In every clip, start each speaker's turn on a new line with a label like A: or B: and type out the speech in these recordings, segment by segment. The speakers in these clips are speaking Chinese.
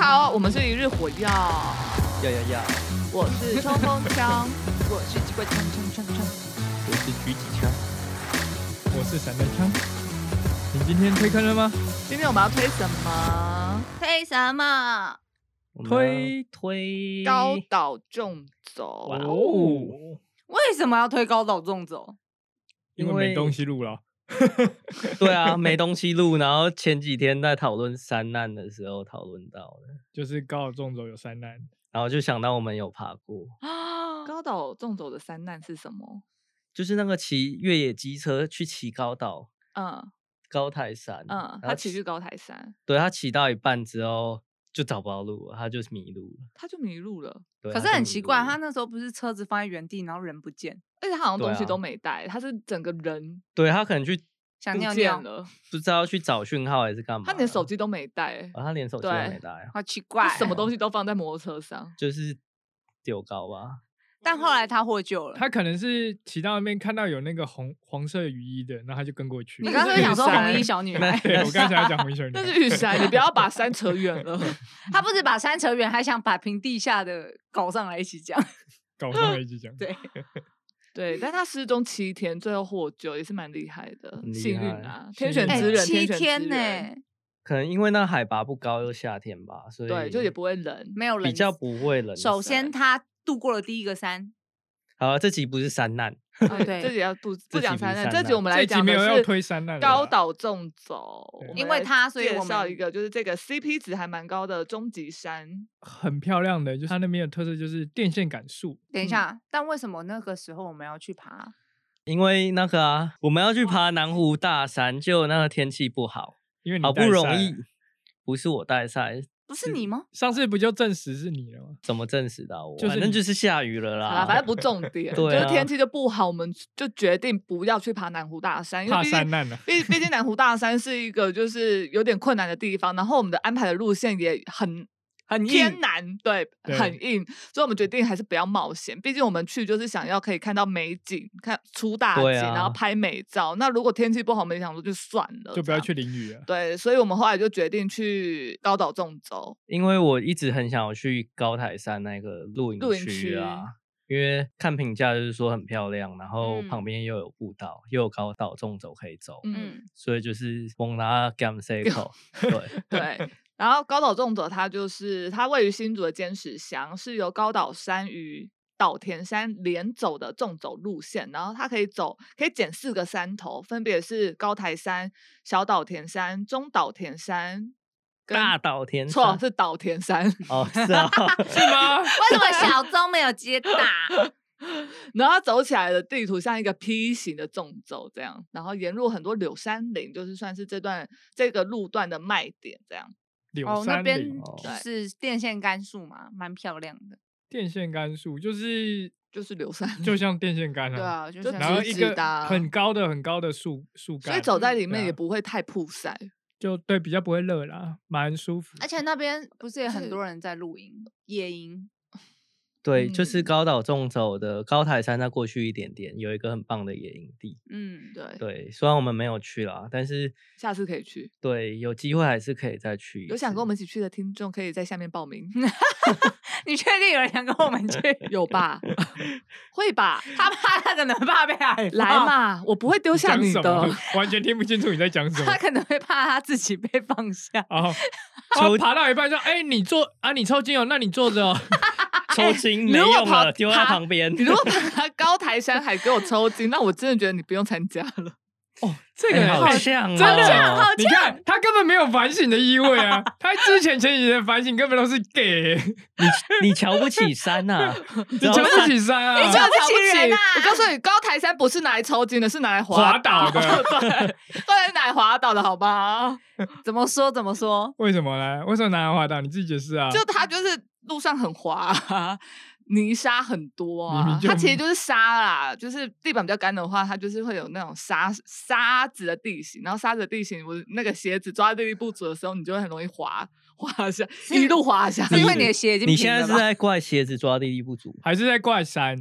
A: 好，我们是一日火药，
B: 呀呀呀！
A: 我是冲锋枪，
C: 我是机关枪枪枪枪。
B: 我是狙击枪，
D: 我是闪电枪。你今天推坑了吗？
A: 今天我们要推什么？
C: 配什么？
B: 我们
D: 推推
A: 高岛纵走。
B: 哇
D: 哦，
C: 为什么要推高岛纵走？
D: 因为没东西录了。
B: 要对啊，没东西录，然后前几天在讨论山难的时候讨论到的，
D: 就是高尔纵轴有三难，
B: 然后就想到我们有爬过，
C: 啊，
A: 高岛纵走的三难是什么？
B: 就是那个骑越野机车去骑高岛
A: 嗯
B: 高台山，
A: 嗯，
B: 然后
A: 他骑去高台山，
B: 对他骑到一半之后就找不到路了，他就迷路了。
A: 他就迷路了，
B: 对他
C: 可是
B: 就
C: 很
B: 迷
C: 奇
B: 路
C: 怪，
B: 了
C: 他那时候不是车子放在原地，然后人不见，
A: 而且他好像
B: 对
A: 东西都
B: 啊
A: 没带，他是整个人
B: 对他可能去
C: 想
A: 不
C: 尿
A: 见
C: 尿，
A: 了，
B: 不知道去找讯号还是干嘛
A: 他
B: 的，
A: 连手机都没带，
B: 哦，他连手机都
A: 对
B: 没带啊，
C: 好奇
A: 他
C: 怪，哦
A: 什么东西都放在摩托车上。
B: 就是丢高吧，
C: 但后来他获救了。
D: 他可能是骑到那边看到有那个红黄色雨衣的，然后他就跟过去。
C: 你
A: 那
C: 刚
A: 个
C: 刚
A: 是
C: 想说
A: 雨
C: 红
A: 伞
C: 衣小女
B: 那
C: 孩，
D: 对我刚才要讲红衣小女
A: 那
D: 孩
A: 是雨伞，你不要把山扯远了。
C: 他不止把山扯远，还想把平地下的搞上来一起讲。
D: 搞上了一起讲。
C: 对，
A: 对，但他失踪七天，最后获救，也是蛮厉害的，
B: 很厉
A: 幸运
B: 害
A: 啊，
D: 幸
A: 天选
D: 运
A: 之
D: 哎
A: 人，
C: 七
A: 天
C: 天呢、
A: 呢，
B: 可能因为那海拔不高，又夏天吧，所以
A: 对，就也不会冷，
C: 没有人
B: 比较不会冷。
C: 首先，他度过了第一个山，
B: 好啊，这集不是山难，
C: 哦
A: 这
C: 对，
A: 集要不不
B: 这
A: 讲
B: 集不
A: 山
B: 是
A: 难，
B: 山
A: 这集
B: 难
A: 我们
D: 这
A: 来
D: 集
A: 讲
D: 没
A: 的
D: 有要
A: 是
D: 推山难的
A: 高
D: 啦
A: 岛纵走
D: 对，
A: 我
C: 因
A: 们
C: 为
A: 来
C: 它所以
A: 介
C: 我
A: 绍一
C: 们
A: 个就是这个 CP 值还蛮高的终极山，
D: 很漂亮的，就是它那边的特色就是电线杆树。
C: 等一下，但为什么那个时候我们要去爬？
B: 因为那个啊，我们要去爬南湖大山，结果那个天气不好，
D: 因为你
B: 好不
D: 带
B: 容
D: 赛
B: 易，不是我带赛，
C: 不是你吗？
D: 上次不就证实是你了吗？
B: 怎么证实的啊？我
D: 就是
B: 反正
D: 你
B: 就是下雨了
A: 好
B: 啦，
A: 啦，反正不 重点，
B: 对
A: 就是天
B: 啊
A: 气就不好，我们就决定不要去爬南湖大山，因为
D: 怕
A: 毕
D: 山
A: 竟
D: 难啊了、
A: 毕毕竟南湖大山是一个就是有点困难的地方，然后我们的安排的路线也很
D: 很
A: 偏难，对，很
D: 对
A: 硬，所以我们决定还是不要冒险。毕竟我们去就是想要可以看到美景，看出大景，
B: 对
A: 然后
B: 啊
A: 拍美照。那如果天气不好，我们想说就算了，
D: 就不
A: 这
D: 要
A: 样
D: 去。淋雨了。
A: 对，所以我们后来就决定去高岛纵走。
B: 因为我一直很想要去高台山那个露营
A: 露营区
B: 区啊，因为看评价就是说很漂亮，然后旁
C: 嗯
B: 边又有步道，又有高岛纵走可以走，
A: 嗯，
C: 嗯，
B: 所以就是蒙拿 gam c 口， 对，
A: 对。然后高岛纵走，它就是它位于新竹的尖石乡，是由高岛山与岛田山连走的纵走路线。然后它可以走，可以捡四个山头，分别是高台山、小岛田山、中岛田山。跟
B: 大岛田
A: 错
B: 山
A: 是岛田山，
B: 哦， 是啊，
D: 是吗？
C: 为什么小钟没有接大？
A: 然后它走起来的地图像一个梯形的纵走这样，然后沿路很多柳杉林，就是算是这段这个路段的卖点这样。
D: 柳
C: 哦，那
D: 杉
C: 边
D: 林、
B: 哦
C: 就是电线杆树嘛，蛮漂亮的。
D: 电线杆树，就是
A: 就是柳杉林
D: 就像电线杆
C: 对啊，就
A: 就是
D: 然后
A: 直
D: 一
A: 直
D: 个
A: 的啊
D: 很高的很高的树树干，
A: 所以走
B: 嗯
A: 在里
D: 对
A: 面也
D: 啊
A: 不会太曝晒，
D: 就对比较不会热啦，蛮舒服。
A: 啊
C: 而且那边不是也
A: 是
C: 很多人在露营、野营？
B: 对，就是
A: 嗯
B: 高岛纵走的高台山，再过去一点点有一个很棒的野营地。
C: 嗯，
A: 对，
B: 对，虽然我们没有去啦，但是
A: 下次可以去。
B: 对有机会还是可以再去一次。
A: 有想跟我们一起去的听众，可以在下面报名，
C: 你确定有人想跟我们去？
A: 有吧？ 会吧？
C: 他怕他可能怕被害，
B: 哎
A: 来，嘛，我不会丢
D: 你
A: 下
D: 讲
A: 你
D: 什
A: 的
D: 么。完全听不清楚你在讲 什么
C: 他。可能会怕他自己被放下。
D: 哦，
B: 抽
D: 哦爬到一半说：“哎、你坐啊，你抽筋哦，那你 坐着哦。
B: 抽筋没
A: 哎如果
B: 用
A: 跑
B: 了，丢在
A: 爬
B: 旁边。
A: 你如果爬高台山还给我抽筋，那我真的觉得你不用参 加了。
D: 这个
B: 哎
D: 人
B: 好像、哦，
D: 真的，你看他根本没有反省的意味啊！他之前前几年的反省根本都是 gay，
B: 你你瞧不起山呐、你
D: 你
B: 知道
D: 瞧不
B: 山
D: 起山啊！
A: 你这样瞧
C: 不起人啊
A: 我告诉你，高台山不是拿来抽筋的，是拿来
D: 滑
A: 倒
D: 倒的
A: 对，不然拿来滑倒的好吧？
C: 怎么说？怎么说？
D: 为什么呢？为什么拿来滑倒？你自己解释啊！
A: 就它就是路上很滑、啊，泥沙很多
D: 明
A: 啊
D: 明。就
A: 它其实就是沙啦，就是地板比较干的话，它就是会有那种沙沙子的地形，然后沙子的地形，我那个鞋子抓地力不足的时候，你就会很容易滑滑下，一路滑下
C: 是因为
A: 去。
C: 你的鞋已经
B: 你
C: 平
B: 现在
C: 了
B: 是
C: 吧
B: 在怪鞋子抓地力不足，
D: 还是在怪山，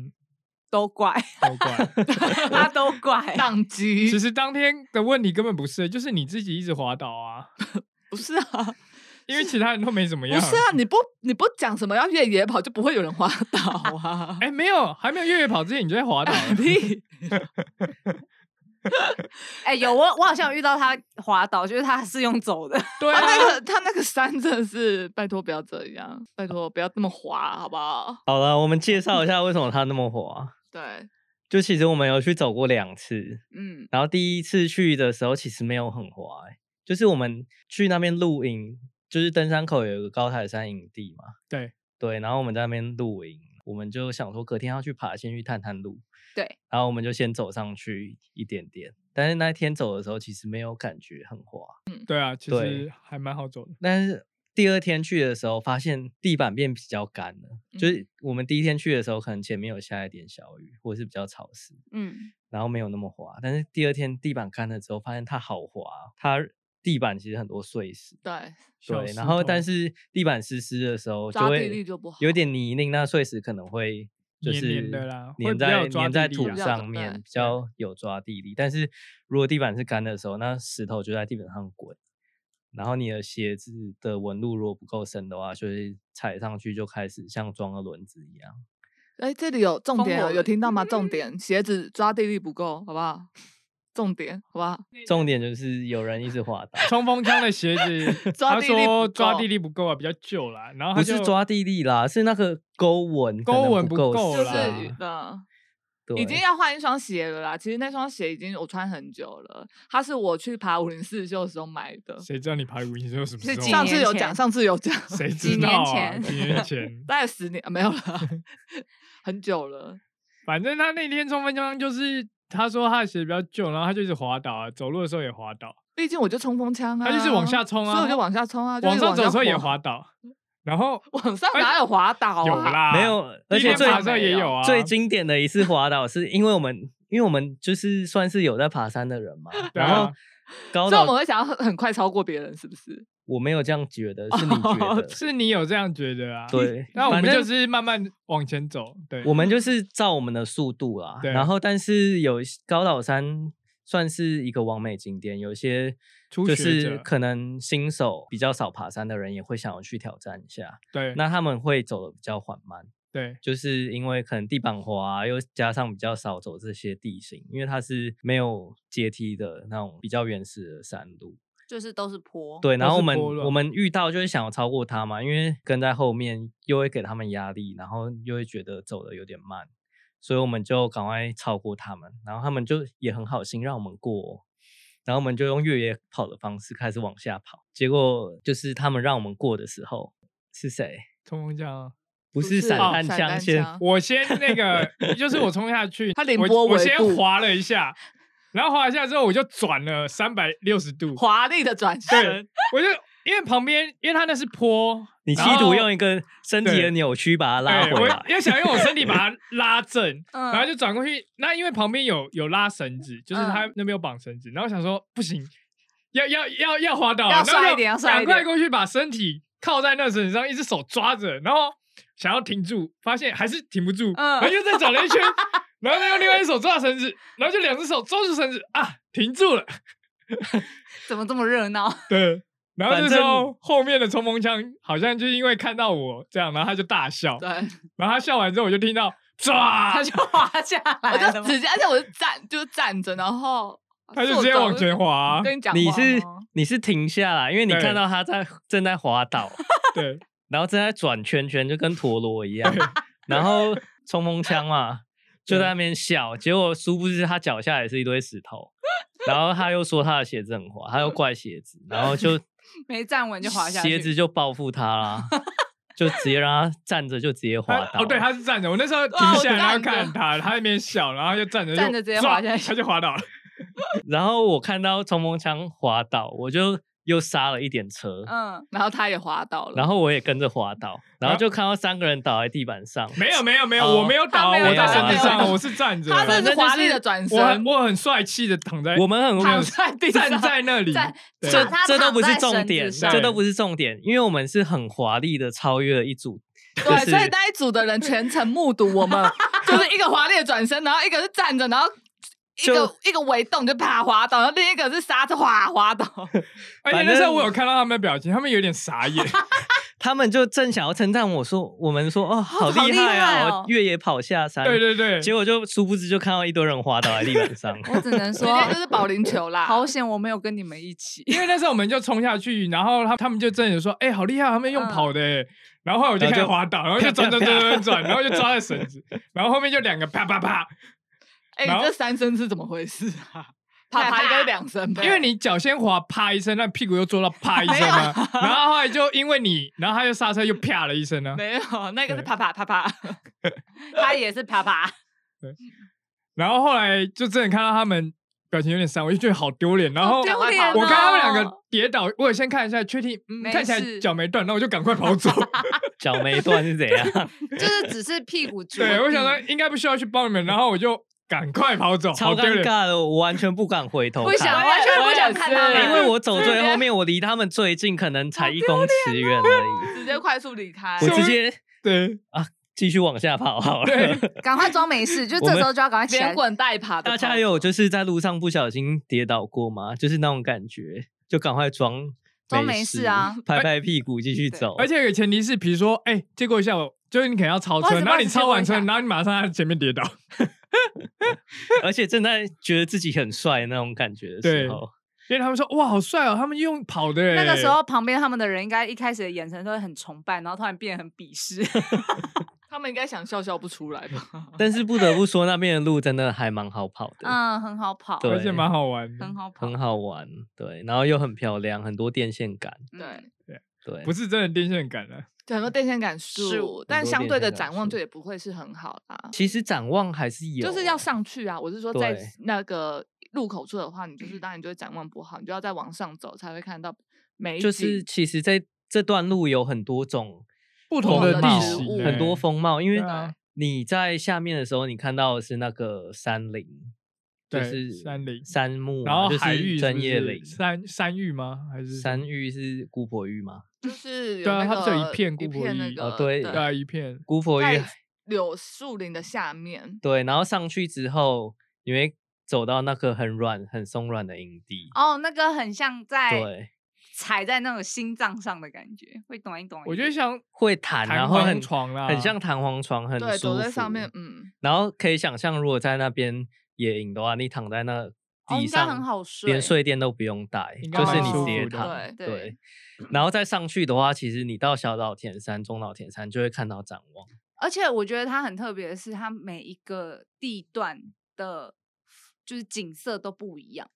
C: 都怪，
D: 都怪。
C: 他都 怪。
A: 宕机
D: 其实当天的问题根本不是，就是你自己一直滑倒啊！
A: 不是啊，
D: 因为其他人都没怎么样。
A: 不是啊，你不你不讲什么要越野跑，就不会有人滑倒啊。
D: 。哎、没有，还没有越野跑之前你就在滑倒了
A: 屁！
C: 哎、有我我好像有遇到他滑倒，就是他是用走的，
D: 对
A: 他
D: 啊，
A: 那个他那个山真的是，拜托不要这样，拜托不要这么滑，好不好？
B: 好了，我们介绍一下为什么它那么滑。
A: 对，
B: 就其实我们有去走过两次，
A: 嗯，
B: 然后第一次去的时候其实没有很滑、欸，就是我们去那边露营，就是登山口有一个高台山营地嘛，
D: 对
B: 对，然后我们在那边露营，我们就想说隔天要去爬，先去探探路，
C: 对，
B: 然后我们就先走上去一点点，但是那天走的时候其实没有感觉很滑，
D: 对啊，其
B: 对
D: 实还蛮好走的。
B: 但是第二天去的时候，发现地板变比较干了。就是我们第一天去的时候，可能前面有下一点小雨，或是比较潮湿，
C: 嗯，
B: 然后没有那么滑。但是第二天地板干了之后，发现它好滑，它地板其实很多碎石。
A: 对，
D: 小
B: 对，
D: 石
B: 然后但
D: 头
B: 是地板湿湿的时候，就
A: 抓地
B: 会
A: 力就不好
B: 有点泥泞，那碎石可能会就
D: 黏
B: 是
D: 黏的啦会
B: 粘
D: 比较有
B: 在
D: 抓
B: 粘
D: 地
B: 在
D: 力
B: 土
D: 啊，
B: 上
A: 对
B: 面，比较有抓地力。但是如果地板是干的时候，那石头就在地板上滚，然后你的鞋子的纹路如果不够深的话，就是踩上去就开始像装了轮子一样。
A: 哎，这里有重
C: 风
A: 点哦，
C: 火
A: 有
C: 轮
A: 听到吗？重点，鞋子抓地力不够，好不好？重点，好不好？
B: 重点就是有人一直滑倒
D: 冲锋枪的鞋子，
A: 抓
D: 他
A: 地力
D: 说
A: 不
D: 抓
A: 够
D: 地力不够啊，比较旧啦。然后他
B: 不是
D: 就
B: 抓地力啦，是那个沟纹可
D: 沟
B: 能
D: 纹
B: 不
D: 不
B: 够
D: 够
A: 就
D: 够
B: 深
A: 是
D: 啦
B: 啊
A: 嗯，
B: 对
A: 已经要换一双鞋了啦。其实那双鞋已经我穿很久了，它是我去爬五零四秀的时候买的。
D: 谁知道你排骨音是有什么
C: 是
D: 时候
C: 几
D: 啊？
A: 上次
C: 年
A: 有讲，
C: 前
A: 上次有讲，
D: 谁
C: 几
D: 知道
C: 年
D: 啊？
C: 前
D: 几年前，
A: 大概十年、啊、没有 了，很久了。
D: 反正他那天冲锋枪就是他说他的鞋比较旧，然后他就一直滑倒啊，走路的时候也滑倒，
A: 毕竟我就冲锋枪啊，
D: 他就是往下冲啊，
A: 所以我就往下冲啊，就
D: 往
A: 一直
D: 上走的时候也
A: 下
D: 滑倒，然后
A: 往上
D: 哎
A: 哪有滑倒啊？
D: 有啦，
B: 没有，
D: 一
B: 而且
D: 边
B: 最
D: 爬的时候也有啊，
B: 最经典的一次滑倒，是因为我们因为我们就是算是有在爬山的人嘛，
D: 对
B: 然
D: 啊
B: 后高
A: 所以我们
B: 岛
A: 会想要很很快超过别人，是不 是？
B: 我没有这样觉得，是你觉得？
D: 哦是你有这样觉得啊？
B: 对
D: 那我们
B: 反正
D: 就是慢慢往前走，对，
B: 我们就是照我们的速度啦，
D: 对
B: 然后但是有一些高岛山算是一个完美景点，有一些
D: 初
B: 就
D: 学
B: 是
D: 者
B: 可能新手比较少爬山的人也会想要去挑战一下，
D: 对
B: 那他们会走的比较缓慢，
D: 对
B: 就是因为可能地板滑、啊又加上比较少走这些地形，因为它是没有阶梯的那种比较原始的山路。
C: 就是都是坡，
B: 对，
A: 哦
B: 然
D: 都
B: 后我
D: 是
B: 们
D: 坡路
B: 我们遇到就是想要超过他嘛，因为跟在后面又会给他们压力，然后又会觉得走的有点慢，所以我们就赶快超过他们，然后他们就也很好心让我们过，然后我们就用越野跑的方式开始往下跑，结果就是他们让我们过的时候是谁？
D: 冲锋枪啊。
B: 不
A: 不
B: 是
A: 是
B: 散
A: 哦
B: 弹
A: 散
B: 枪
A: 弹
B: 先
A: 枪
D: 我先那个，就是我冲下 去，
A: 他凌
D: 我
A: 波
D: 我
A: 微
D: 先
A: 步
D: 滑了一下，然后滑一下之后我就转了三百六十度，
A: 华丽的转
D: 对
A: 身，，
D: 我就因为旁边，因为它那是坡，
B: 你企
D: 然后
B: 图用一个身体的
D: 对
B: 扭曲把它拉
D: 哎，
B: 回
D: 我
B: 来，
D: 要想用我身体把它拉正，
C: 嗯
D: 然后就转过去。那因为旁边有有拉绳子，就是
C: 嗯
D: 他那边有绑绳子，然后想说不行，要要要要滑倒了，然
C: 要
D: 后
C: 帅
D: 就
C: 一点要帅一
D: 赶快
C: 点
D: 过去把身体靠在那绳子上，一只手抓着，然后想要停住，发现还是停不住，然
C: 嗯
D: 后又再转了一 圈，然后再用另外一手抓绳子，然后就两只手抓住绳子啊，停住了。
C: 怎么这么热闹？
D: 对，然后
B: 反
D: 这时
B: 正
D: 候后面的冲锋枪好像就因为看到我这样，然后他就大笑，
A: 对，
D: 然后他笑完之后我就听到抓，
C: 他就滑下 来
A: 我
C: 了
A: 就
C: 嘛
A: 直接，而且我就站，就是站着，然后
D: 他就
A: 坐
D: 直接
A: 着
D: 往前滑，
A: 跟你讲话吗，
B: 你是你是停下来，因为你
D: 对
B: 看到他在正在滑倒，
D: 对，
B: 然后正在转圈圈，就跟陀螺一样，然后冲锋枪嘛，就在那边笑，结果殊不知他脚下也是一堆石头，然后他又说他的鞋子很滑，他又怪鞋子，然 后就
C: 没站稳就滑下去，
B: 鞋子就报复他啦，就直接让他站着就直接
D: 他
B: 滑倒，
D: 哦对，他是站着，我那时候停
A: 哇我
D: 下来然后
A: 站着
D: 看他，他在那边笑，然后就站着就
C: 站着直接
D: 抓
C: 滑下去
D: 他就滑倒了，
B: 然后我看到冲锋枪滑倒，我就又刹了一点车，
C: 嗯，
A: 然后他也滑倒了，
B: 然后我也跟着滑倒，然
D: 然
B: 后
D: 后
B: 就看到三个人倒在地板上。
D: 没 有没有没有，
B: 哦
D: 我没有倒，
C: 他没有
D: 我在
B: 倒
D: 身体
B: 没
D: 上，哦
B: 有
D: 我是站着，
A: 他真的
B: 反正
A: 是
B: 就
A: 华丽
B: 是
A: 的转
D: 我很
A: 身，
D: 我很帅气的躺在
B: 我们很
A: 躺在地上，
D: 站在那里，
C: 站
D: 对
B: 这
C: 躺
B: 这
C: 在
B: 都不是
C: 绳
B: 重
C: 子
B: 点，
C: 上
B: 这都不是重点，因为我们是很华丽的超越了一组，就
A: 对，
B: 是
A: 所以 那一组的人全程目睹我们，就是一个华丽的转身，然后一个是站着，然后一
B: 就
A: 个一个围洞就啪滑倒，然后另一个是刹车哗滑倒。
D: 而且
B: 反
D: 那时候
B: 正
D: 我有看到他们的表情，他们有点傻 眼。
B: 他们就正想要称赞我说，我们说哦，好
C: 好
B: 厉
C: 厉
B: 害
C: 害
B: 啊，
C: 哦。
B: 越野跑下山。
D: 对对对，
B: 结果就殊不知就看到一堆人滑倒在地板上
C: 我只能
A: 直
C: 说，
A: 接就是保龄球 啦，
C: 好险我没有跟你们一起。
D: 因为那时候我们就冲下去，然后他他们就真的说：“哎、好厉害，他们用
C: 嗯
D: 跑的、欸。然后后来我就
B: 然后
D: 开始
B: 就
D: 滑倒，然后就转转转转 转，然后就抓在绳子，然后后面就两个啪啪啪，
A: 哎、
D: 然
A: 你
D: 后
A: 这三声是怎么回事啊？啪啪应该是两声吧？
D: 因为你脚先滑啪一声，那屁股又坐到啪一
C: 哎
D: 声嘛，然后后来就因为你，然后他就刹车又啪了一声呢、
A: 没有，那个是
D: 对
A: 啪啪啪 啪。
C: 他也是啪啪，
D: 然后后来就真的看到他们表情有点丧，我就觉得好丢脸。然后
C: 好丢脸哦
D: 我看他们两个跌倒，我有先看一下，确定、嗯、
C: 没
D: 看起来
C: 事
D: 脚没断，那我就赶快跑 走。
B: 脚没断是怎样？
C: 就是只是屁股着
D: 对，我
C: 地
D: 想说应该不需要去帮你们，然后我就赶快跑走，
B: 超
D: 好丢
B: 尴
D: 脸。
B: 尬的，我完全不敢回头
C: 不想，
B: 看，
C: 完全不想看他
A: 我也是
C: 们，
B: 因为我走最后面，我离他们最近可能才一公尺远而
A: 直接快速离开。
B: 已，
D: 是
B: 我直接
D: 对，
B: 继续往下跑好了
D: 对。
C: 赶快装没事，就
B: 我
C: 这
B: 们
C: 时候就要赶快起来
A: 连。滚带爬的
B: 大
A: 跑走，
B: 家有就是在路上不小心跌倒过吗？就是那种感觉，就赶快装
C: 装没事啊
B: 拍拍屁股继续
C: 哦
B: 走。
D: 而且有个前提是，比如说，哎、借过一下我，就是你可能要超
C: 不好
D: 车，
C: 意思
D: 然后你
C: 不好意思
D: 超完
C: 借
D: 车，
C: 我一下
D: 然后你马上在前面跌倒。
B: 而且正在觉得自己很帅那种感觉的
D: 对
B: 时候，
D: 因为他们说哇，好帅哦，他们用跑的、欸。
C: 那个时候，旁边他们的人应该一开始的眼神都会很崇拜，然后突然变得很鄙 视。
A: 他们应该想笑笑不出来吧？
B: 但是不得不说那边的路真的还蛮好跑的，
C: 嗯，很好跑，
B: 对
D: 而且蛮好玩的
C: 很，好跑
B: 很，好玩，对，然后又很漂亮，很多电线杆，
C: 嗯
A: 对，
B: 对，
D: 不是真的电线杆啊了、
A: 对，很多电线杆树
B: 树，
A: 但
B: 很多
A: 相对
B: 电
A: 的
B: 线杆
A: 展望
B: 树
A: 就也不会是很好啦。
B: 其实展望还是有，哦
A: 就是要上去啊！我是说，在
B: 对
A: 那个入口处的话，你就是当然就会展望不好，你就要再往上走才会看到美景。
B: 就是其实在这段路有很多种
D: 不同
A: 的
B: 风
A: 地
B: 貌
A: 形欸
D: 啊
B: 很多风貌，因为
D: 对啊
B: 你在下面的时候，你看到的是那个山林，就
D: 对
B: 是
D: 山林
B: 山木嘛，
D: 然后
B: 就是
D: 海域是
B: 针
D: 不是
B: 叶林，
D: 山山芋吗？还是什
B: 山
D: 么
B: 芋是姑婆芋吗？
A: 就是有
D: 对啊
A: 那
D: 它只有一
A: 个
D: 片
A: 一
D: 姑婆
A: 片那
D: 芋
A: 个
B: 哦对
D: 对啊，一片
B: 姑婆芋
A: 在柳树林的下面。
B: 对，然后上去之后，你会走到那个很软、很松软的营地。
C: 哦，那个很像在
B: 对，
C: 踩在那种心脏上的感觉，会短一短。
D: 我觉得像
B: 会弹，啊
D: 弹
B: 然后
D: 簧
B: 很
D: 床啊啦
B: 很像弹簧床，很
A: 对，
B: 舒
A: 走
B: 服。
A: 在上面，嗯，
B: 然后可以想象，如果在那边野营的话，你躺在那
C: 哦
B: 地
C: 应该
B: 上，
C: 很好
B: 连
C: 睡
B: 睡垫都不用带，
D: 应该
B: 就是
C: 蛮
B: 你
C: 舒
B: 直接
D: 服的
B: 躺。
C: 对
B: 对，然后再上去的话，其实你到小岛田山、中岛田山就会看到展望。
C: 而且我觉得它很特别的是，它每一个地段的，就是景色都不一样。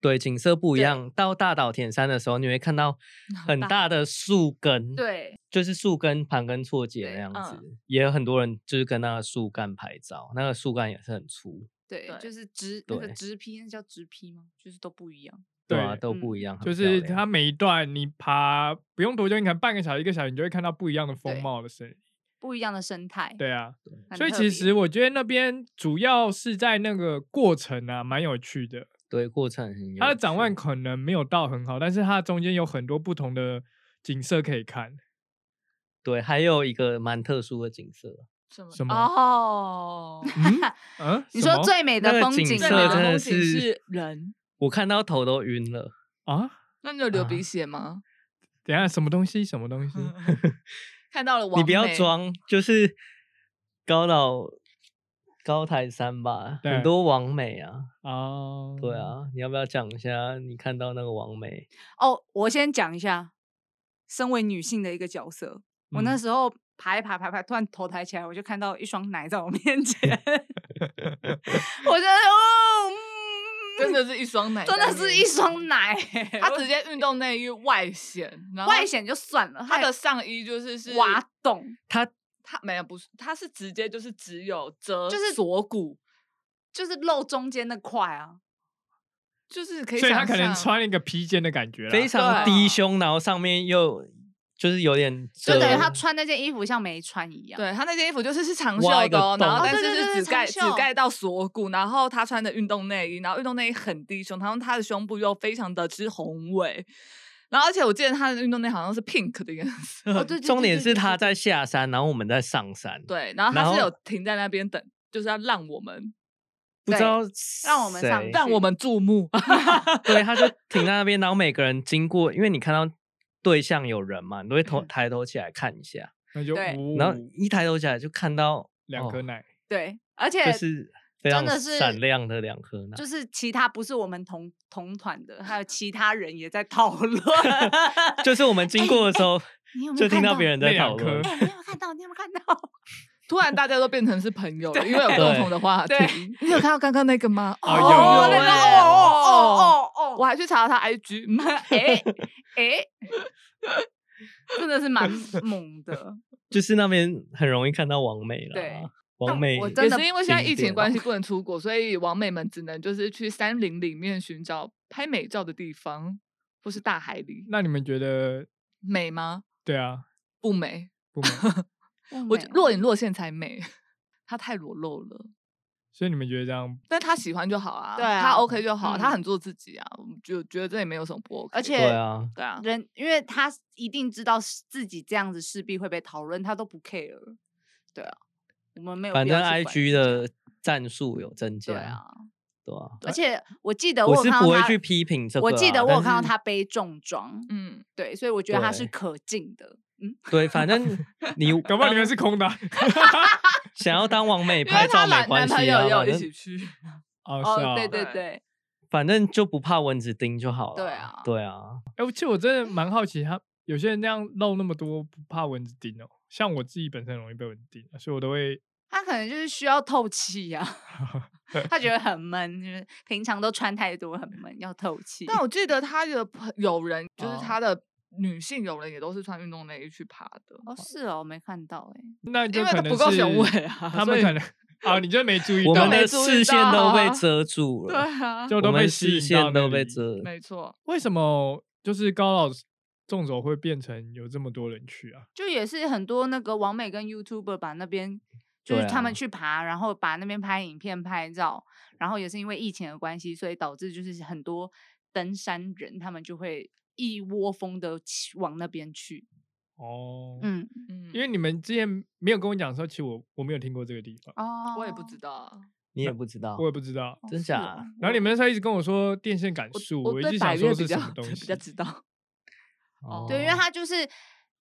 B: 对，景色不一
C: 对
B: 样。到大岛田山的时候，你会看 到很
C: 大
B: 大的树根，，
C: 对，
B: 就是树根盘根错节那
C: 对
B: 样
C: 嗯
B: 子，也有很多人就是跟那个树干拍照，那个树干也是很粗，
C: 对，
A: 对
C: 就是直那个
B: 对
C: 直批，那叫直批吗？就是都不一样。
B: 对啊，
D: 对
B: 都
C: 嗯
B: 不一样，很
D: 就
B: 漂
D: 是
B: 亮
D: 它每一段你爬不用多久，你可能半个小时、一个小时，你就会看到不一样的风
C: 对
D: 貌的声音。
C: 不一样的生态，
D: 对啊，
C: 很
D: 所以
C: 特
D: 其
C: 别
D: 实我觉得那边主要是在那个过程啊，蛮有趣的。
B: 对过程很有
D: 它的展望
B: 趣
D: 可能没有到很好，但是它中间有很多不同的景色可以看。
B: 对，还有一个蛮特殊的景色，
A: 什么？
D: 什么？
C: 哦，
D: 嗯嗯，
C: 你
D: 什
C: 说
D: 么
C: 最美的
B: 那
C: 风
B: 个
C: 景
B: 景
A: 最
B: 色
A: 美
C: 吗
A: 的
B: 真
A: 风
B: 的
A: 景
B: 是
A: 是人，
B: 我看到头都晕了。
D: 啊？
A: 那你有流
B: 啊
A: 鼻血吗？
D: 等一下什么东西？什 么东西？
A: 看到了王，
B: 你不要，装，就是高岛高台山吧，
D: 对
B: 很多王美啊，
D: 哦，
C: 嗯
B: 对，啊，你要不要讲一下你看到那个王美？
C: 哦，我先讲一下，身为女性的一个角色，我那
D: 嗯
C: 时候爬一爬爬一爬，突然头抬起来，我就看到一双奶在我面前，我觉得哦，
A: 真
C: 嗯
A: 的是一双奶，
C: 真的是一双。奶，
A: 他直接运动内衣外显，然后
C: 外显就算了，
A: 他
C: 还
A: 的上衣就是是
C: 挖洞，
B: 他
A: 他没有不是，他是直接就是只有遮，
C: 就是锁骨，就是露中间那块啊，
A: 就是可以
D: 所
A: 想
D: 以
A: 象，
D: 他可能穿了一个披肩的感觉啦，
B: 非
A: 对
B: 常低胸，然后上面又就是有点
C: 啊就
B: 遮，
C: 等于他穿那件衣服像没穿一样。
A: 对他那件衣服就是是长袖
B: 挖一
A: 的、
B: 个
A: 哦，然后
B: 洞
A: 但
C: 哦对
A: 是
C: 对
A: 是
C: 对对
A: 只盖只
C: 长袖
A: 盖到锁骨，然后他穿的运动内衣，然后运动内衣很低胸，然后他的胸部又非常的之宏伟，然后而且我记得他的运动内好像是 pink 的颜色，
C: 哦，对对对
B: 重点
C: 对
B: 是
C: 对
B: 他
C: 对
B: 在下山，然后我们在上山，
A: 对，然后
B: 然
A: 他是
B: 后
A: 有停在那边等，就是要让我们
B: 不知
C: 对
B: 道
C: 让我们上
B: 谁
A: 让我们注目。
B: 对，他就停在那边，然后每个人经过，因为你看到对象有人嘛，你都会
C: 嗯
B: 头抬头起来看一下，
D: 那就
C: 对
D: 呜
B: 然后一抬头起来就看到
D: 两颗
B: 哦
D: 奶，
C: 对，而且
B: 就是啊非
C: 真
B: 常
C: 的是
B: 闪亮的两颗奶
C: 就。是其他不是我们同同团的，还有其他人也在讨论。
B: 就是我们经过的时候，
C: 你有没有
B: 就听
C: 看
B: 到
C: 到
B: 别人
D: 那
B: 在
D: 两
B: 讨论
D: 颗，
C: 哎你有没有看到？你有没有看到？
A: 突然大家都变成是朋友了，因为有共
B: 对
A: 同的话题
C: 对。
A: 你有看到刚刚那个吗？
D: 哦有
C: 那个
A: 哎
C: 哦哦哦哦
A: 我
C: 哦，
A: 还去查了他 IG，嗯
C: 哎哎，真的是 蛮猛的。
B: 就是那边很容易看到王美了。
C: 对，
B: 王
C: 但
B: 美
C: 我真
A: 也
C: 的
A: 是因为现在疫
B: 经
A: 情
B: 典
A: 关
B: 哦
A: 系不能出国，所以王美们只能就是去山林里面寻找拍美照的地方，或是大海里。
D: 那你们觉得
A: 美吗？
D: 对啊？
A: 不美，
D: 不美，
A: 我
C: 我
A: 觉若隐若现才美。 她太裸露了，
D: 所以你们觉得这样
A: 但她喜欢就好啊，
C: 对
A: 她
C: 啊
A: OK 就好，她
C: 嗯
A: 很做自己啊，我就觉得这也没有什么不 OK 的。
C: 而且
B: 对啊，
A: 对啊，
C: 人，因为他一定知道是自己这样子势必会被讨论，他都不 care。对啊，我们没有
B: 反
C: 必要
B: 正
C: 去管
B: IG
C: 人家
B: 的战术有增加。
C: 对啊，
B: 对啊，
C: 而且我记得
B: 我
C: 有
B: 是
C: 看
B: 不
C: 到
B: 会
C: 他
B: 去批评这
C: 我
B: 个
C: 记
B: 啊
C: 得我有
B: 但
C: 看到
B: 是
C: 他背重装，
A: 嗯，
C: 对，所以我觉得他是
B: 对
C: 可敬的。嗯，
B: 对，反正你
D: 搞不好里
A: 嗯
D: 面
B: 当
D: 是 空的啊
B: 想要当王美
A: 因
B: 拍
A: 为她
B: 照没
A: 男男
B: 关系
A: 朋友
B: 啊，
A: 也有
B: 反
A: 一起
B: 正
A: 去，
D: 哦，
C: 哦
D: 是，啊，
C: 对对
A: 对
C: 对，
B: 反正就不怕蚊子叮就好了。
C: 对啊
B: 对啊，
D: 哎，其实我真的蛮好奇，他有些人那样露那么多，不怕蚊子叮哦。像我自己本身很容易被蚊子叮，所以我都会
C: 他可能就是需要透 气呀、他觉得很闷，就是平常都穿太多很闷，要透气。
A: 但我记得他的朋友人，就是
B: 哦
A: 他的女性友人，也都是穿运动内衣去爬的，
C: 哦是哦，我没看到哎、
D: 那就
A: 因为
D: 可
A: 他
D: 能
A: 不够
D: 是
A: 雄伟啊
D: 他
A: 所
D: 们
A: 以
D: 可能 啊，你就没注意
B: 我
D: 到
B: 们
A: 没，
B: 的
A: 注意
B: 视线都被
C: 啊
A: 到
B: 遮住
A: 对
B: 了，
A: 啊，
D: 就
B: 我
D: 都被
B: 们
D: 吸引
B: 视
D: 到
B: 线
D: 那
B: 都被
D: 里
B: 遮。
A: 没错，
D: 为什么就是高老纵走会变成有这么多人去啊？
C: 就也是很多那个王美跟 YouTuber 把那边。就是
B: 对
C: 他们
B: 啊
C: 去爬，然后把那边拍影片、拍照，然后也是因为疫情的关系，所以导致就是很多登山人他们就会一窝蜂的往那边去。
D: 哦，
C: 嗯，
A: 嗯，
D: 因为你们之前没有跟我讲的时候，其实我我没有听过这个地方，
C: 哦
A: 我也不知道啊，
B: 你也不知道
D: 我，也不知道。
B: 真
C: 是
B: 假
C: 哦？
D: 然后你们那时候一直跟我说电线杆树，
A: 我
D: 一
A: 对
D: 直
A: 百
D: 想
A: 越
D: 说
A: 比
D: 是什
A: 较
D: 么东
A: 比
D: 西
A: 较。知道，哦
C: 对，因为
B: 哦
C: 他就是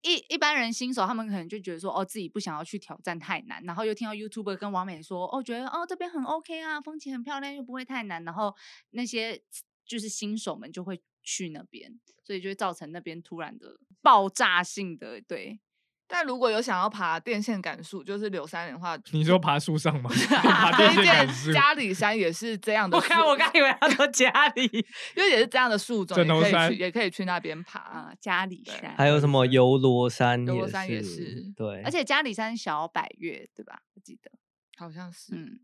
C: 一一般人新手，他们可能就觉得说，哦，自己不想要去挑战太难，然后又听到 YouTuber 跟王美说，哦，觉得哦这边很 OK 啊，风景很漂亮，又不会太难，然后那些就是新手们就会去那边，所以就会造成那边突然的爆炸性的对。
A: 但如果有想要爬电线杆树，就是柳山人的话，
D: 你说爬树 上吗？爬电
A: 推
D: 线杆
A: 荐
D: 树，
A: 嘉里山也是这样的树，
C: 以为他说家里
A: 因为也是这样的树种，
D: 枕
A: 也
D: 头
A: 可以
D: 山
A: 去，也可以去那边爬。
C: 啊，家里
A: 对
C: 山，
B: 还有什么游罗山？
A: 游罗山也是
B: 对，
C: 而且家里山小百月对吧？我记得，
A: 好像是，
C: 嗯，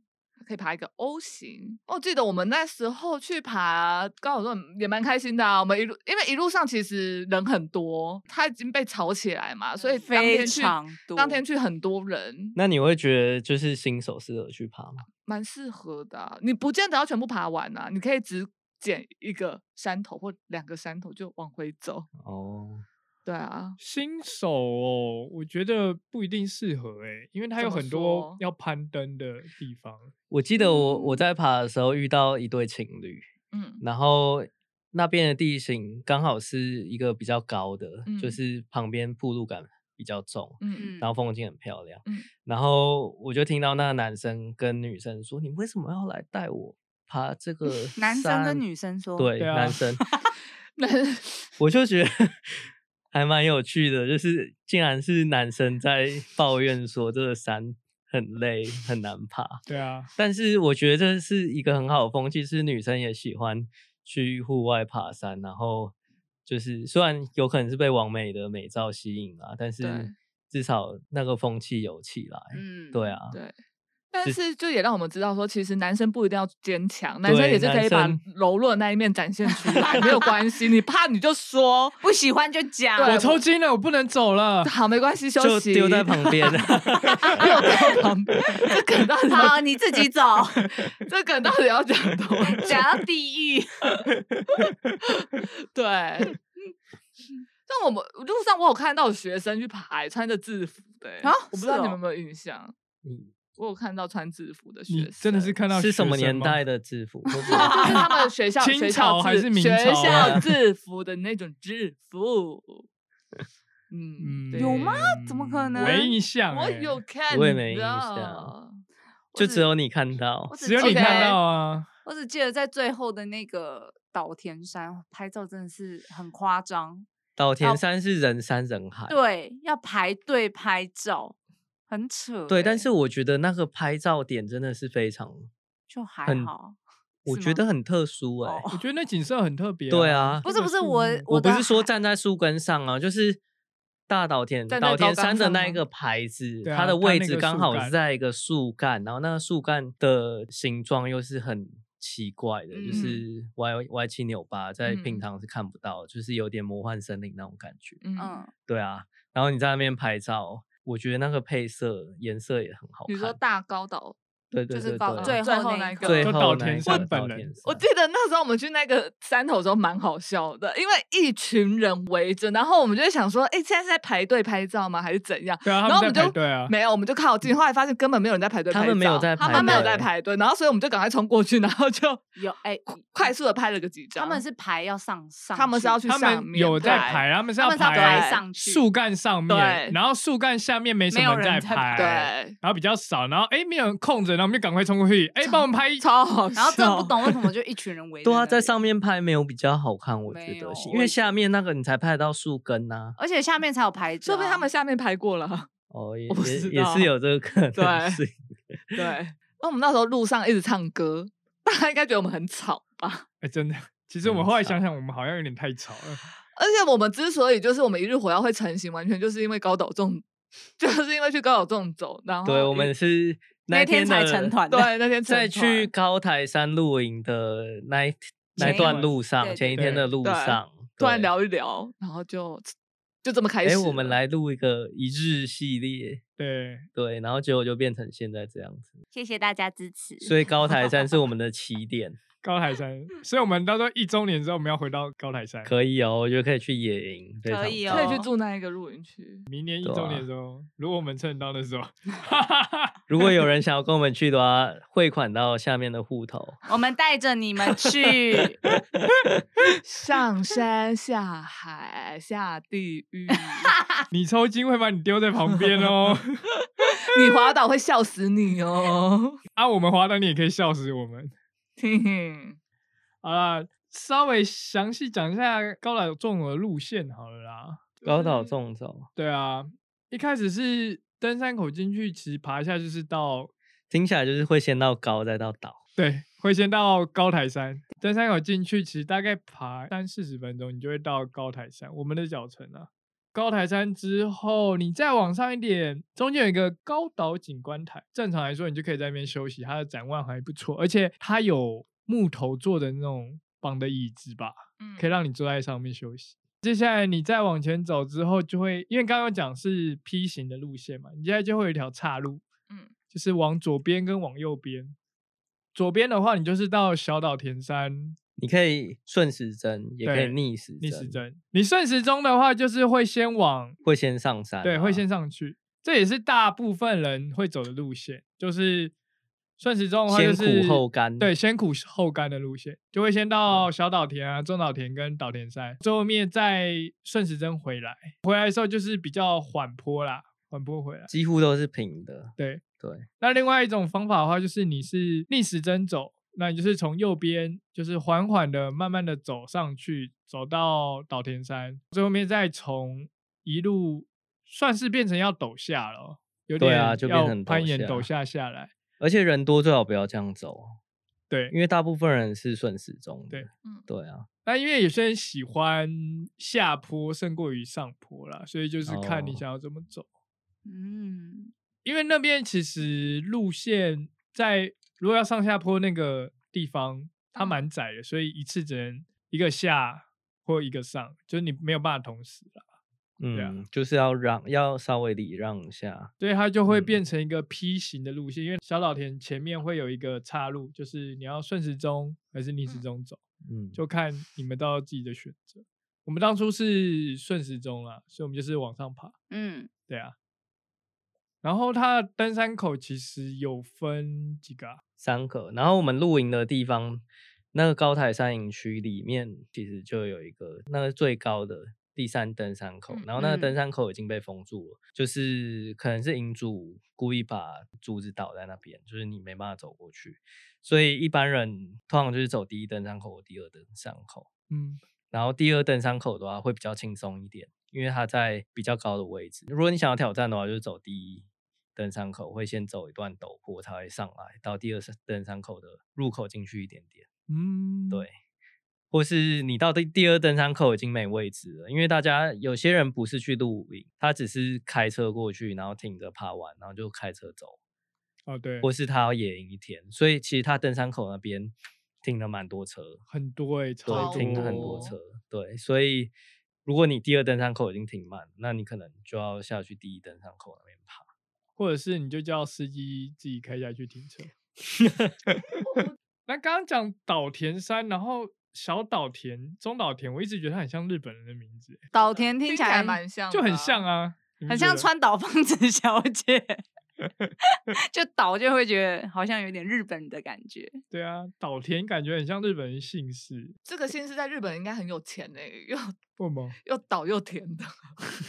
A: 可以爬一个 O 型。我记得我们那时候去爬高尔顿也蛮开心的啊。我们一路因为一路上其实人很多，它已经被吵起来嘛，所以当
C: 非
A: 天去
C: 常多，
A: 当天去很多人，
B: 那你会觉得就是新手适合去爬吗？
A: 蛮适合的啊、你不见得要全部爬完啊，你可以只捡一个山头或两个山头就往回走。
B: 哦，
A: 对啊，
D: 新手哦，我觉得不一定适合哎、因为它
A: 怎
D: 有
A: 么
D: 很
A: 说
D: 多要攀登的地方。
B: 我记得我我在爬的时候遇到一对情侣，
A: 嗯，
B: 然后那边的地形刚好是一个比较高的，
A: 嗯
B: 就是旁边铺路感比较重，
A: 嗯
B: 然后风景很漂亮。
A: 嗯
B: 然后我就听到那个男生跟女生说：“你为什么要来带我爬这 个山？”
C: 男生跟女生说，
B: 对，
D: 对啊
B: 男生，
A: 那
B: 我就觉得还蛮有趣的，就是竟然是男生在抱怨说这个山很累很难爬，
D: 对啊，
B: 但是我觉得这是一个很好的风气，是女生也喜欢去户外爬山，然后就是虽然有可能是被完美的美照吸引啊，
A: 对
B: 但是至少那个风气有起来。
C: 嗯，
B: 对啊，
A: 对。但
B: 是
A: 是就也让我们知道说，其实男生不一定要坚强，男生也
B: 对
A: 是可
B: 男
A: 以把
B: 生
A: 柔弱的那一面展现出来，没有关系。你怕你就说，
C: 不喜欢就讲，
A: 对
D: 我
A: 我
D: 抽筋了，我不能 走了。
A: 好，没关系，休
B: 就
A: 息。
B: 丢在旁边，
A: 丢在旁边， 这梗到底要
C: 好，你自己走，
A: 这梗到底要讲多久？
C: 讲到地 狱。
A: 对，但我们路上我有看到有学生去爬、欸，穿着制服的欸、
C: 啊
A: 我不知
C: 是
A: 道你们有
C: 哦
A: 没有印象？
B: 嗯
A: 我有看到穿制服的学
D: 你
A: 生，
D: 哎真 的是看到
B: 是什
D: 学
B: 么
D: 生
B: 年
D: 吗
B: 代？的制服？会不
A: 就
B: 会
A: 是他们学校
D: 清
A: 学
D: 朝
A: 校
D: 还
A: 制
D: 是明
A: 学
D: 朝
A: 校
D: 啊
A: 制服的那种制服。嗯，对
C: 有吗怎么可
D: 嗯
C: 能
D: 没印象欸，
A: 我有看，
B: 我也没印象
A: 到。
B: 就只
C: 只
B: 有你看到
C: 我，
D: 只有
C: 记
D: 你看
C: 得
D: 到啊。
C: 我只记得在最后的那个岛田山拍照真的是很夸张，
B: 岛田山是人山人海。
C: 对，要排队拍照，很扯欸。
B: 对，但是我觉得那个拍照点真的是非常，
C: 就还
B: 很
C: 好，
B: 我
C: 是
B: 觉
C: 吗
B: 得很特殊哎、
D: 我觉得那景色很特别。
B: 对啊
C: 不
D: 这
C: 是
D: 个
C: 不是
D: 树
C: 我
D: 木
C: 我
B: 我不
C: 的
B: 是说
C: 海
B: 站在树根上啊，就是大岛田
A: 站在
B: 岛
A: 高
B: 田
A: 岗
B: 山的
A: 上
B: 那一
A: 吗
B: 个牌子，
D: 对啊
B: 它的
D: 它
B: 位
D: 那
B: 置
D: 个
B: 刚
D: 树
B: 好是
D: 干
B: 在一个树干，然后那个树干的形状又是很奇怪的，
C: 嗯
B: 就是歪歪七扭八，在平
A: 嗯
B: 常是看不到的，就是有点魔幻森林那种感觉。
A: 嗯，
C: 嗯，
B: 对啊，然后你在那边拍照，我觉得那个配色颜色也很好
A: 你说
B: 看。
A: 大高岛，
B: 对对
C: 就
B: 对
C: 是搞
B: 对，
C: 最
A: 最
C: 后
A: 后
C: 那
A: 那
C: 一
A: 一
C: 刻
A: 刻
B: 最
D: 就
B: 后
D: 岛
B: 那
D: 田
B: 一
D: 山
B: 个
D: 本
B: 岛
D: 人
B: 田
A: 我
B: 山
A: 记得那时候我们去那个山头的时候蛮好笑的，因为一群人围着，然后我们就会想说，哎，现在是在排队拍照吗？还是怎样？
D: 对啊，
A: 然后
D: 他
A: 我
D: 们
A: 们
D: 在排
A: 就
D: 队啊，
A: 没有，我们就靠近，后来发现根本没有人在排队
B: 他
A: 拍照，
B: 们没有在
A: 他
B: 排
A: 们没有在
B: 队
A: 排队，然后所以我们就赶快冲过去，然后就
C: 有哎
A: 快速的拍了个几张。
C: 他们是排要上上，
A: 他们是要去
D: 他
A: 上
D: 们
A: 面
D: 有在
A: 拍
D: 排，他们是
C: 他
D: 要
C: 们是要
A: 排
C: 上去
D: 树干上面，
A: 对
D: 然后树干下面没什
C: 没有
D: 么
C: 人在
D: 排，
A: 对，
D: 然后比较少，然后哎没有人空着，然后我们就赶快冲过去，哎帮我们拍一
A: 超好笑。
C: 然后真的不懂为什 么就一群人围。
B: 对啊，在上。面拍没有比较好看，我
C: 没
B: 觉得是，
C: 有
B: 因
C: 我也
B: 为
C: 觉
B: 下面那个你才拍得到树根呐、
C: 而且下面才有排着 啊，
A: 说不定他们下面拍过了。
B: 哦，也
A: 我不
B: 也
A: 知
B: 也
A: 道
B: 是有这个可能
A: 对
B: 性。
A: 对，那我们那时候路上一直唱歌，大家应该觉得我们很吵吧？
D: 哎真的，其实我们后来想想，我们好像有点太吵了，
A: 而且我们之所以就是我们一日火药会成型，完全就是因为高岛纵， 就是因为去高岛纵走，然后
B: 对，我
A: 一
B: 们是
C: 那
B: 天
C: 天才
B: 的
C: 成团的
A: 对那天成
B: 在去
A: 团
B: 高台山露营的那一那
C: 前
B: 一
C: 一
B: 段
D: 晚
B: 路
C: 对
B: 上，前
C: 对
B: 一天
D: 对
B: 的路
A: 对
B: 上，
A: 突然
B: 对。
A: 聊一聊，然后就就这么开
B: 哎、
A: 始了。
B: 我们来录一个一日系列，
D: 对，
B: 对，然后结果就变成现在这样子。
C: 谢谢大家支持。
B: 所以高台山是我们的起点，
D: 高台山，所以我们到时候一周年之后，我们要回到高台山，
B: 可以哦，我觉得可以去野营，非
C: 可
B: 常
C: 以
B: 棒
A: 可以去
C: 哦
A: 住那一个露营区，
D: 明年一周
B: 啊
D: 年的时候，如果我们蹭到的时候，
B: 如果有人想要跟我们去的话，汇款到下面的 户头。
C: 我们带着你们去，
A: 上山下海下地狱，
D: 你抽筋会把你丢在旁边哦，
A: 你滑倒会笑死你哦。
D: 啊我们滑倒你也可以笑死我们。
A: 嘿嘿
D: 好啦，稍微详细讲一下高岛纵走的路线好了啦。
B: 高岛
D: 就是
B: 纵走
D: 对啊，一开始是登山口进去，其实爬一下就是到
B: 听起来就是会先到高再到岛，
D: 对，会先到高台山。登山口进去，其实大概爬三四十分钟，你就会到高台山。我们的脚程啊，高台山之后，你再往上一点，中间有一个高岛景观台。正常来说，你就可以在那边休息，它的展望还不错，而且它有木头做的那种绑的椅子吧。
A: 嗯
D: 可以让你坐在上面休息。接下来你再往前走之后，就会因为刚刚讲是梯形的路线嘛，你现在就会有一条岔路，
A: 嗯，
D: 就是往左边跟往右边。左边的话，你就是到小岛田山
B: 你可以顺时针，也可以
D: 对
B: 逆时
D: 逆时
B: 针，
D: 针。你顺时钟的话，就是会先往
B: 会先上山啊、
D: 对，会先上去。这也是大部分人会走的路线，就是顺时钟的话，就
B: 先
D: 是
B: 苦后甘嗯
D: 对，先苦后甘的路线，就会先到小岛田啊、中岛田跟岛田山，最后面再顺时针回来。回来的时候就是比较缓坡啦，缓坡回来。
B: 几乎都是平的。
D: 对，
B: 对，
D: 那另外一种方法的话，就是你是逆时针走，那你就是从右边，就是缓缓的、慢慢的走上去，走到岛田山，最后面再从一路算是变成要陡下了哦，有
B: 对
D: 点
B: 啊就变
D: 要
B: 成陡
D: 攀岩
B: 下
D: 陡下下来。
B: 而且人多最好不要这样走，
D: 对，
B: 因为大部分人是顺时钟的。
D: 对
A: 嗯
B: 对啊，
D: 那因为有些人喜欢下坡胜过于上坡啦，所以就是看你
B: 哦
D: 想要怎么走。
C: 嗯，
D: 因为那边其实路线在如果要上下坡那个地方，它
A: 嗯
D: 蛮窄的，所以一次只能一个下或一个上，就是你没有办法同时啦，
B: 嗯，
D: 对啊
B: 就是要让要稍微礼让一下。
D: 所以它就会
B: 嗯
D: 变成一个梯形的路线。因为小岛田前面会有一个岔路，就是你要顺时钟还是逆时
A: 嗯
D: 钟走，
B: 嗯，
D: 就看你们到自己的选择。我们当初是顺时钟啦，所以我们就是往上爬。
C: 嗯，
D: 对啊，然后它的登山口其实有分几个、啊，
B: 三个。然后我们露营的地方，那个高台山营区里面其实就有一个，那个最高的第三登山口。
C: 嗯
B: 然后那个登
C: 嗯
B: 山口已经被封住了，就是可能是营主故意把柱子倒在那边，就是你没办法走过去。所以一般人通常就是走第一登山口或第二登山口。
D: 嗯，
B: 然后第二登山口的话会比较轻松一点，因为它在比较高的位置。如果你想要挑战的话，就是走第一登山口，会先走一段陡坡才会上来，到第二山登山口的入口进去一点点，
D: 嗯，
B: 对，。或是你到第第二登山口已经没位置了，因为大家有些人不是去露营，他只是开车过去，然后挺着爬完，然后就开车走，
D: 哦对，
B: 或是他要野营一天，所以其实他登山口那边停了蛮多车，
D: 很多哎、欸，超
B: 对，停了很多
C: 多
B: 车，对，所以如果你第二登山口已经停满，那你可能就要下去第一登山口那边爬。
D: 或者是你就叫司机自己开下去停车。那刚刚讲岛田山，然后小岛田、中岛田，我一直觉得它很像日本人的名字欸，
C: 岛田听
A: 听起
C: 起
A: 来
C: 来
A: 蛮像的啊，
D: 就很像啊，你不
C: 很
D: 觉
C: 像
D: 得
C: 川岛芳子小姐， 就岛就会觉得好像有点日本的感觉。
D: 对啊，岛田感觉很像日本人姓氏，
A: 这个姓氏在日本应该很有钱诶、又
D: 为什么？，
A: 又倒又甜的。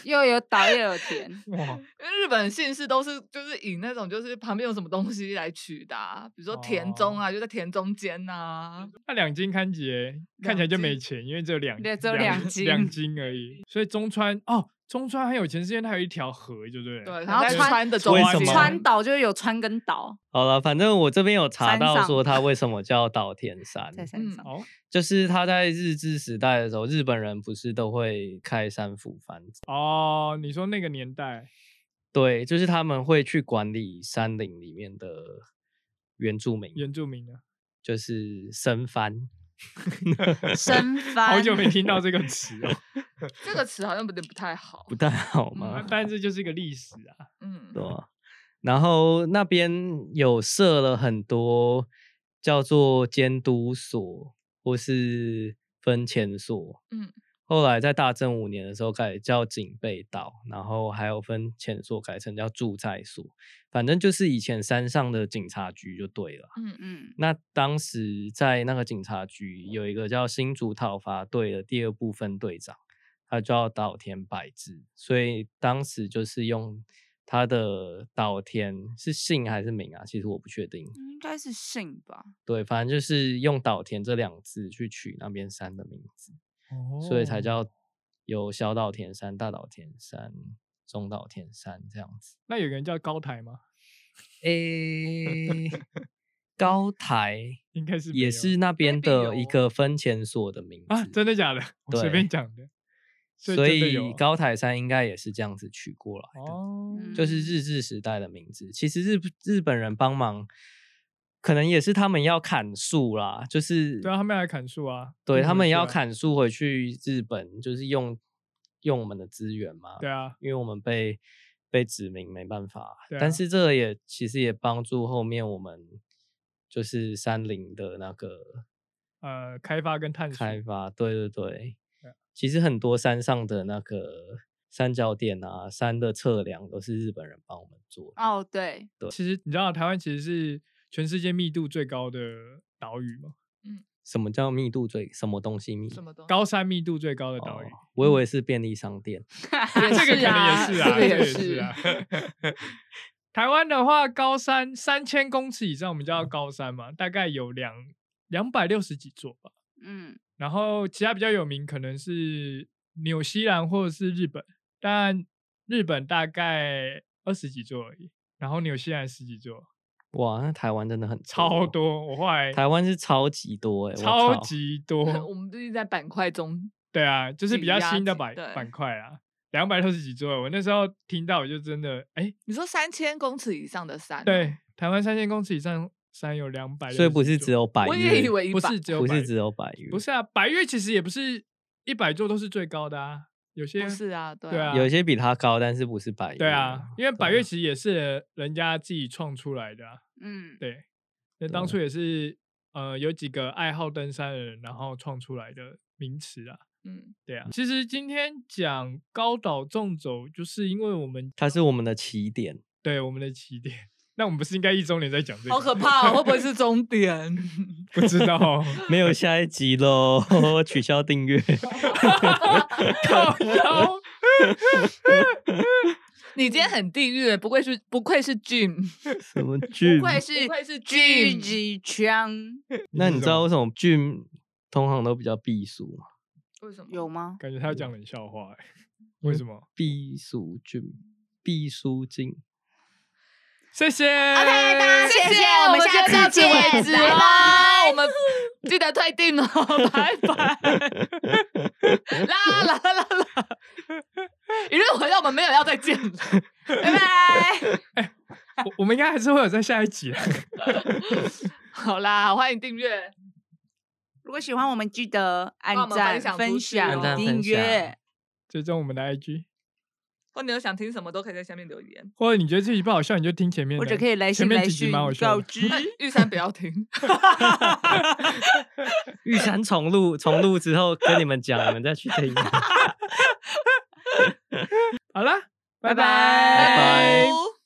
C: 又有岛又有田
D: 哇，
A: 因为日本姓氏都是就是以那种就是旁边有什么东西来取的、啊，比如说田中啊，就在田中间啊呐、
D: 那两斤看起来看起来
A: 两
D: 就没
A: 斤
D: 钱，因为只有两
C: 对只有两斤
D: 两斤而已。所以中川哦，中川很有钱，是因为它有一条河，对不对？
A: 对，
C: 然后
A: 在
C: 川
A: 川的中
B: 为
D: 啊
B: 什
A: 间，
B: 么
C: 川岛就有川跟岛
B: 好了，反正我这边有查
C: 山
B: 到
C: 上
B: 说它为什么叫岛田山，
C: 在 山上。
D: 哦
B: 就是它在日治时代的时候，日本人不是都会开山斧番，
D: 哦，你说那个年代，
B: 对，就是他们会去管理山林里面的原住民，
D: 原住民啊呢、
B: 就是生番。
C: 生番，
D: 好久没听到这个词哦，
A: 这个词好像有点不太好
B: 不。太好
A: 嗯
B: 吗？
D: 哦但这就是一个历史啊。
A: 嗯，
B: 对啊然后那边有设了很多叫做监督所或是分遣所，
A: 嗯，
B: 后来在大正五年的时候改叫警备岛，然后还有分遣所改成叫驻在所，反正就是以前山上的警察局就对了。
C: 嗯，
B: 那当时在那个警察局有一个叫新竹讨伐队的第二部分队长，他叫岛田百治，所以当时就是用他的岛田是姓还是名啊？其实我不确定。
C: 应该是姓吧。
B: 对，反正就是用岛田这两字去取那边山的名字，
D: 哦
B: 所以才叫有小岛田山、大岛田山、中岛田山这样子。
D: 那有个人叫高台吗？
B: 诶、高台
D: 应该是没有
B: 也是那边
A: maybe
B: 的一
A: 有
B: 个分遣所的名字
D: 啊，真的假的？我随
B: 对
D: 便讲的。所以
B: 所
D: 真的有啊
B: 以高台山应该也是这样子取过来的，
D: 哦，
C: 嗯
B: 就是日治时代的名字。其实日日本人帮忙，可能也是他们要砍树啦，就是
D: 对啊，他们要来砍树啊，
B: 对
D: 日
B: 他
D: 本
B: 们
D: 人
B: 也
D: 过
B: 要
D: 来，
B: 砍树回去日本，就是用用我们的资源嘛，
D: 对啊，
B: 因为我们被被指名没办法。
D: 对啊
B: 但是这也其实也帮助后面我们就是山林的那个
D: 呃，开发跟探索，
B: 开发，对对对
D: 对啊。
B: 其实很多山上的那个山脚点啊，山的测量都是日本人帮我们做的。
C: 哦，对，
D: 其实你知道台湾其实是全世界密度最高的岛屿吗？
B: 什么叫密度最？什么东西密？
A: 什么东西？
D: 高山密度最高的嗯岛屿，
B: 哦我以为是便利商店。
D: 这个可能
C: 是啊
D: 也是
A: 这
D: 啊，
A: 个也
D: 也
A: 是
D: 啊。 台湾的话，高山三千公尺以上，我们叫高山嘛，大概有两两百六十几座吧。
C: 嗯，
D: 然后其他比较有名可能是纽西兰或者是日本，但日本大概二十几座而已，然后纽西兰十几座，
B: 哇，那台湾真的 很
D: 超
B: 哦。
D: 多。我后来
B: 台湾是超级 多哎、我
D: 超
B: 靠
D: 级
A: 我
D: 多，
A: 们最近在板块中，
D: 对啊，就是比
A: 挤
D: 较
A: 压
D: 新的
A: 挤
D: 板
A: 对
D: 板块啊，两百六十几座。我那时候听到我就真的， 哎，
A: 你说三千公尺以上的山，，哦
D: 对，台湾三千公尺以上山有两百，
B: 所以不是只有百
A: 我也
B: 越
A: 以，为一
D: 不
A: 百
D: 是只有
B: 不
D: 百
B: 是只有百越，
D: 不是啊，百越其实也不是一百座都是最高的啊，有些
A: 不是啊，对
D: 对啊
B: 有一些比它高，但是不是百越。
D: 对啊，因为百
B: 对
D: 越其实也是人家自己创出来的、啊，
C: 嗯，
D: 对，那当初也是呃有几个爱好登山的人，然后创出来的名词啊，
A: 嗯，
D: 对啊。其实今天讲高岛纵走，就是因为我们
B: 它是我们的起点，
D: 对我们的起点。那我们不是应该一周年再讲这个？
A: 好可怕、哦，会不会是终点？
D: 不知道哦，
B: 没有下一集 喽，取消订阅。
D: 靠腰
A: 你今天很地狱，欸不愧是不愧是 Jim，
B: 什么剧
C: 不？愧是
A: 不愧是
C: 聚
A: Jim
C: 集枪，
B: 那
D: 是
B: 你
D: 什
B: 知道
D: 么
B: 为什么剧通常都比较避暑吗？
A: 为什么？
C: 有吗？
D: 感觉他要讲冷笑话、欸，为什么？
B: 避暑菌、避暑镜。
D: 谢谢。
C: OK，大家谢谢我们下
A: 就到
C: 次
A: 此
C: 见
A: 为止
C: 拜
A: 喽哦
C: 拜。
A: 我们记得退订 哦，拜拜。啦啦啦啦啦！舆论回到我们没有要再见了，拜拜。
D: 我我们应该还是会有在下一集啊。
A: 好啦，欢迎订阅，
C: 如果喜欢我们，记得
A: 帮我
C: 按
A: 们
C: 赞
A: 分享、出
C: 分
A: 去哦按
B: 赞
C: 享、订
B: 分
C: 阅
B: 享。
D: 追踪我们的 IG，
A: 或你有想听什么都可以在下面留言。
D: 或者你觉得这集不好笑，你就听前面的，
C: 或者可以来
D: 前
C: 信
D: 面
C: 来
D: 几集
C: 讯
D: 蛮好笑
C: 告
D: 的。
C: 知。
A: 玉山不要听，
B: 玉山重录，重录之后跟你们讲，你们再去听。
D: 好啦，拜拜
C: 拜拜
B: 拜
A: 哦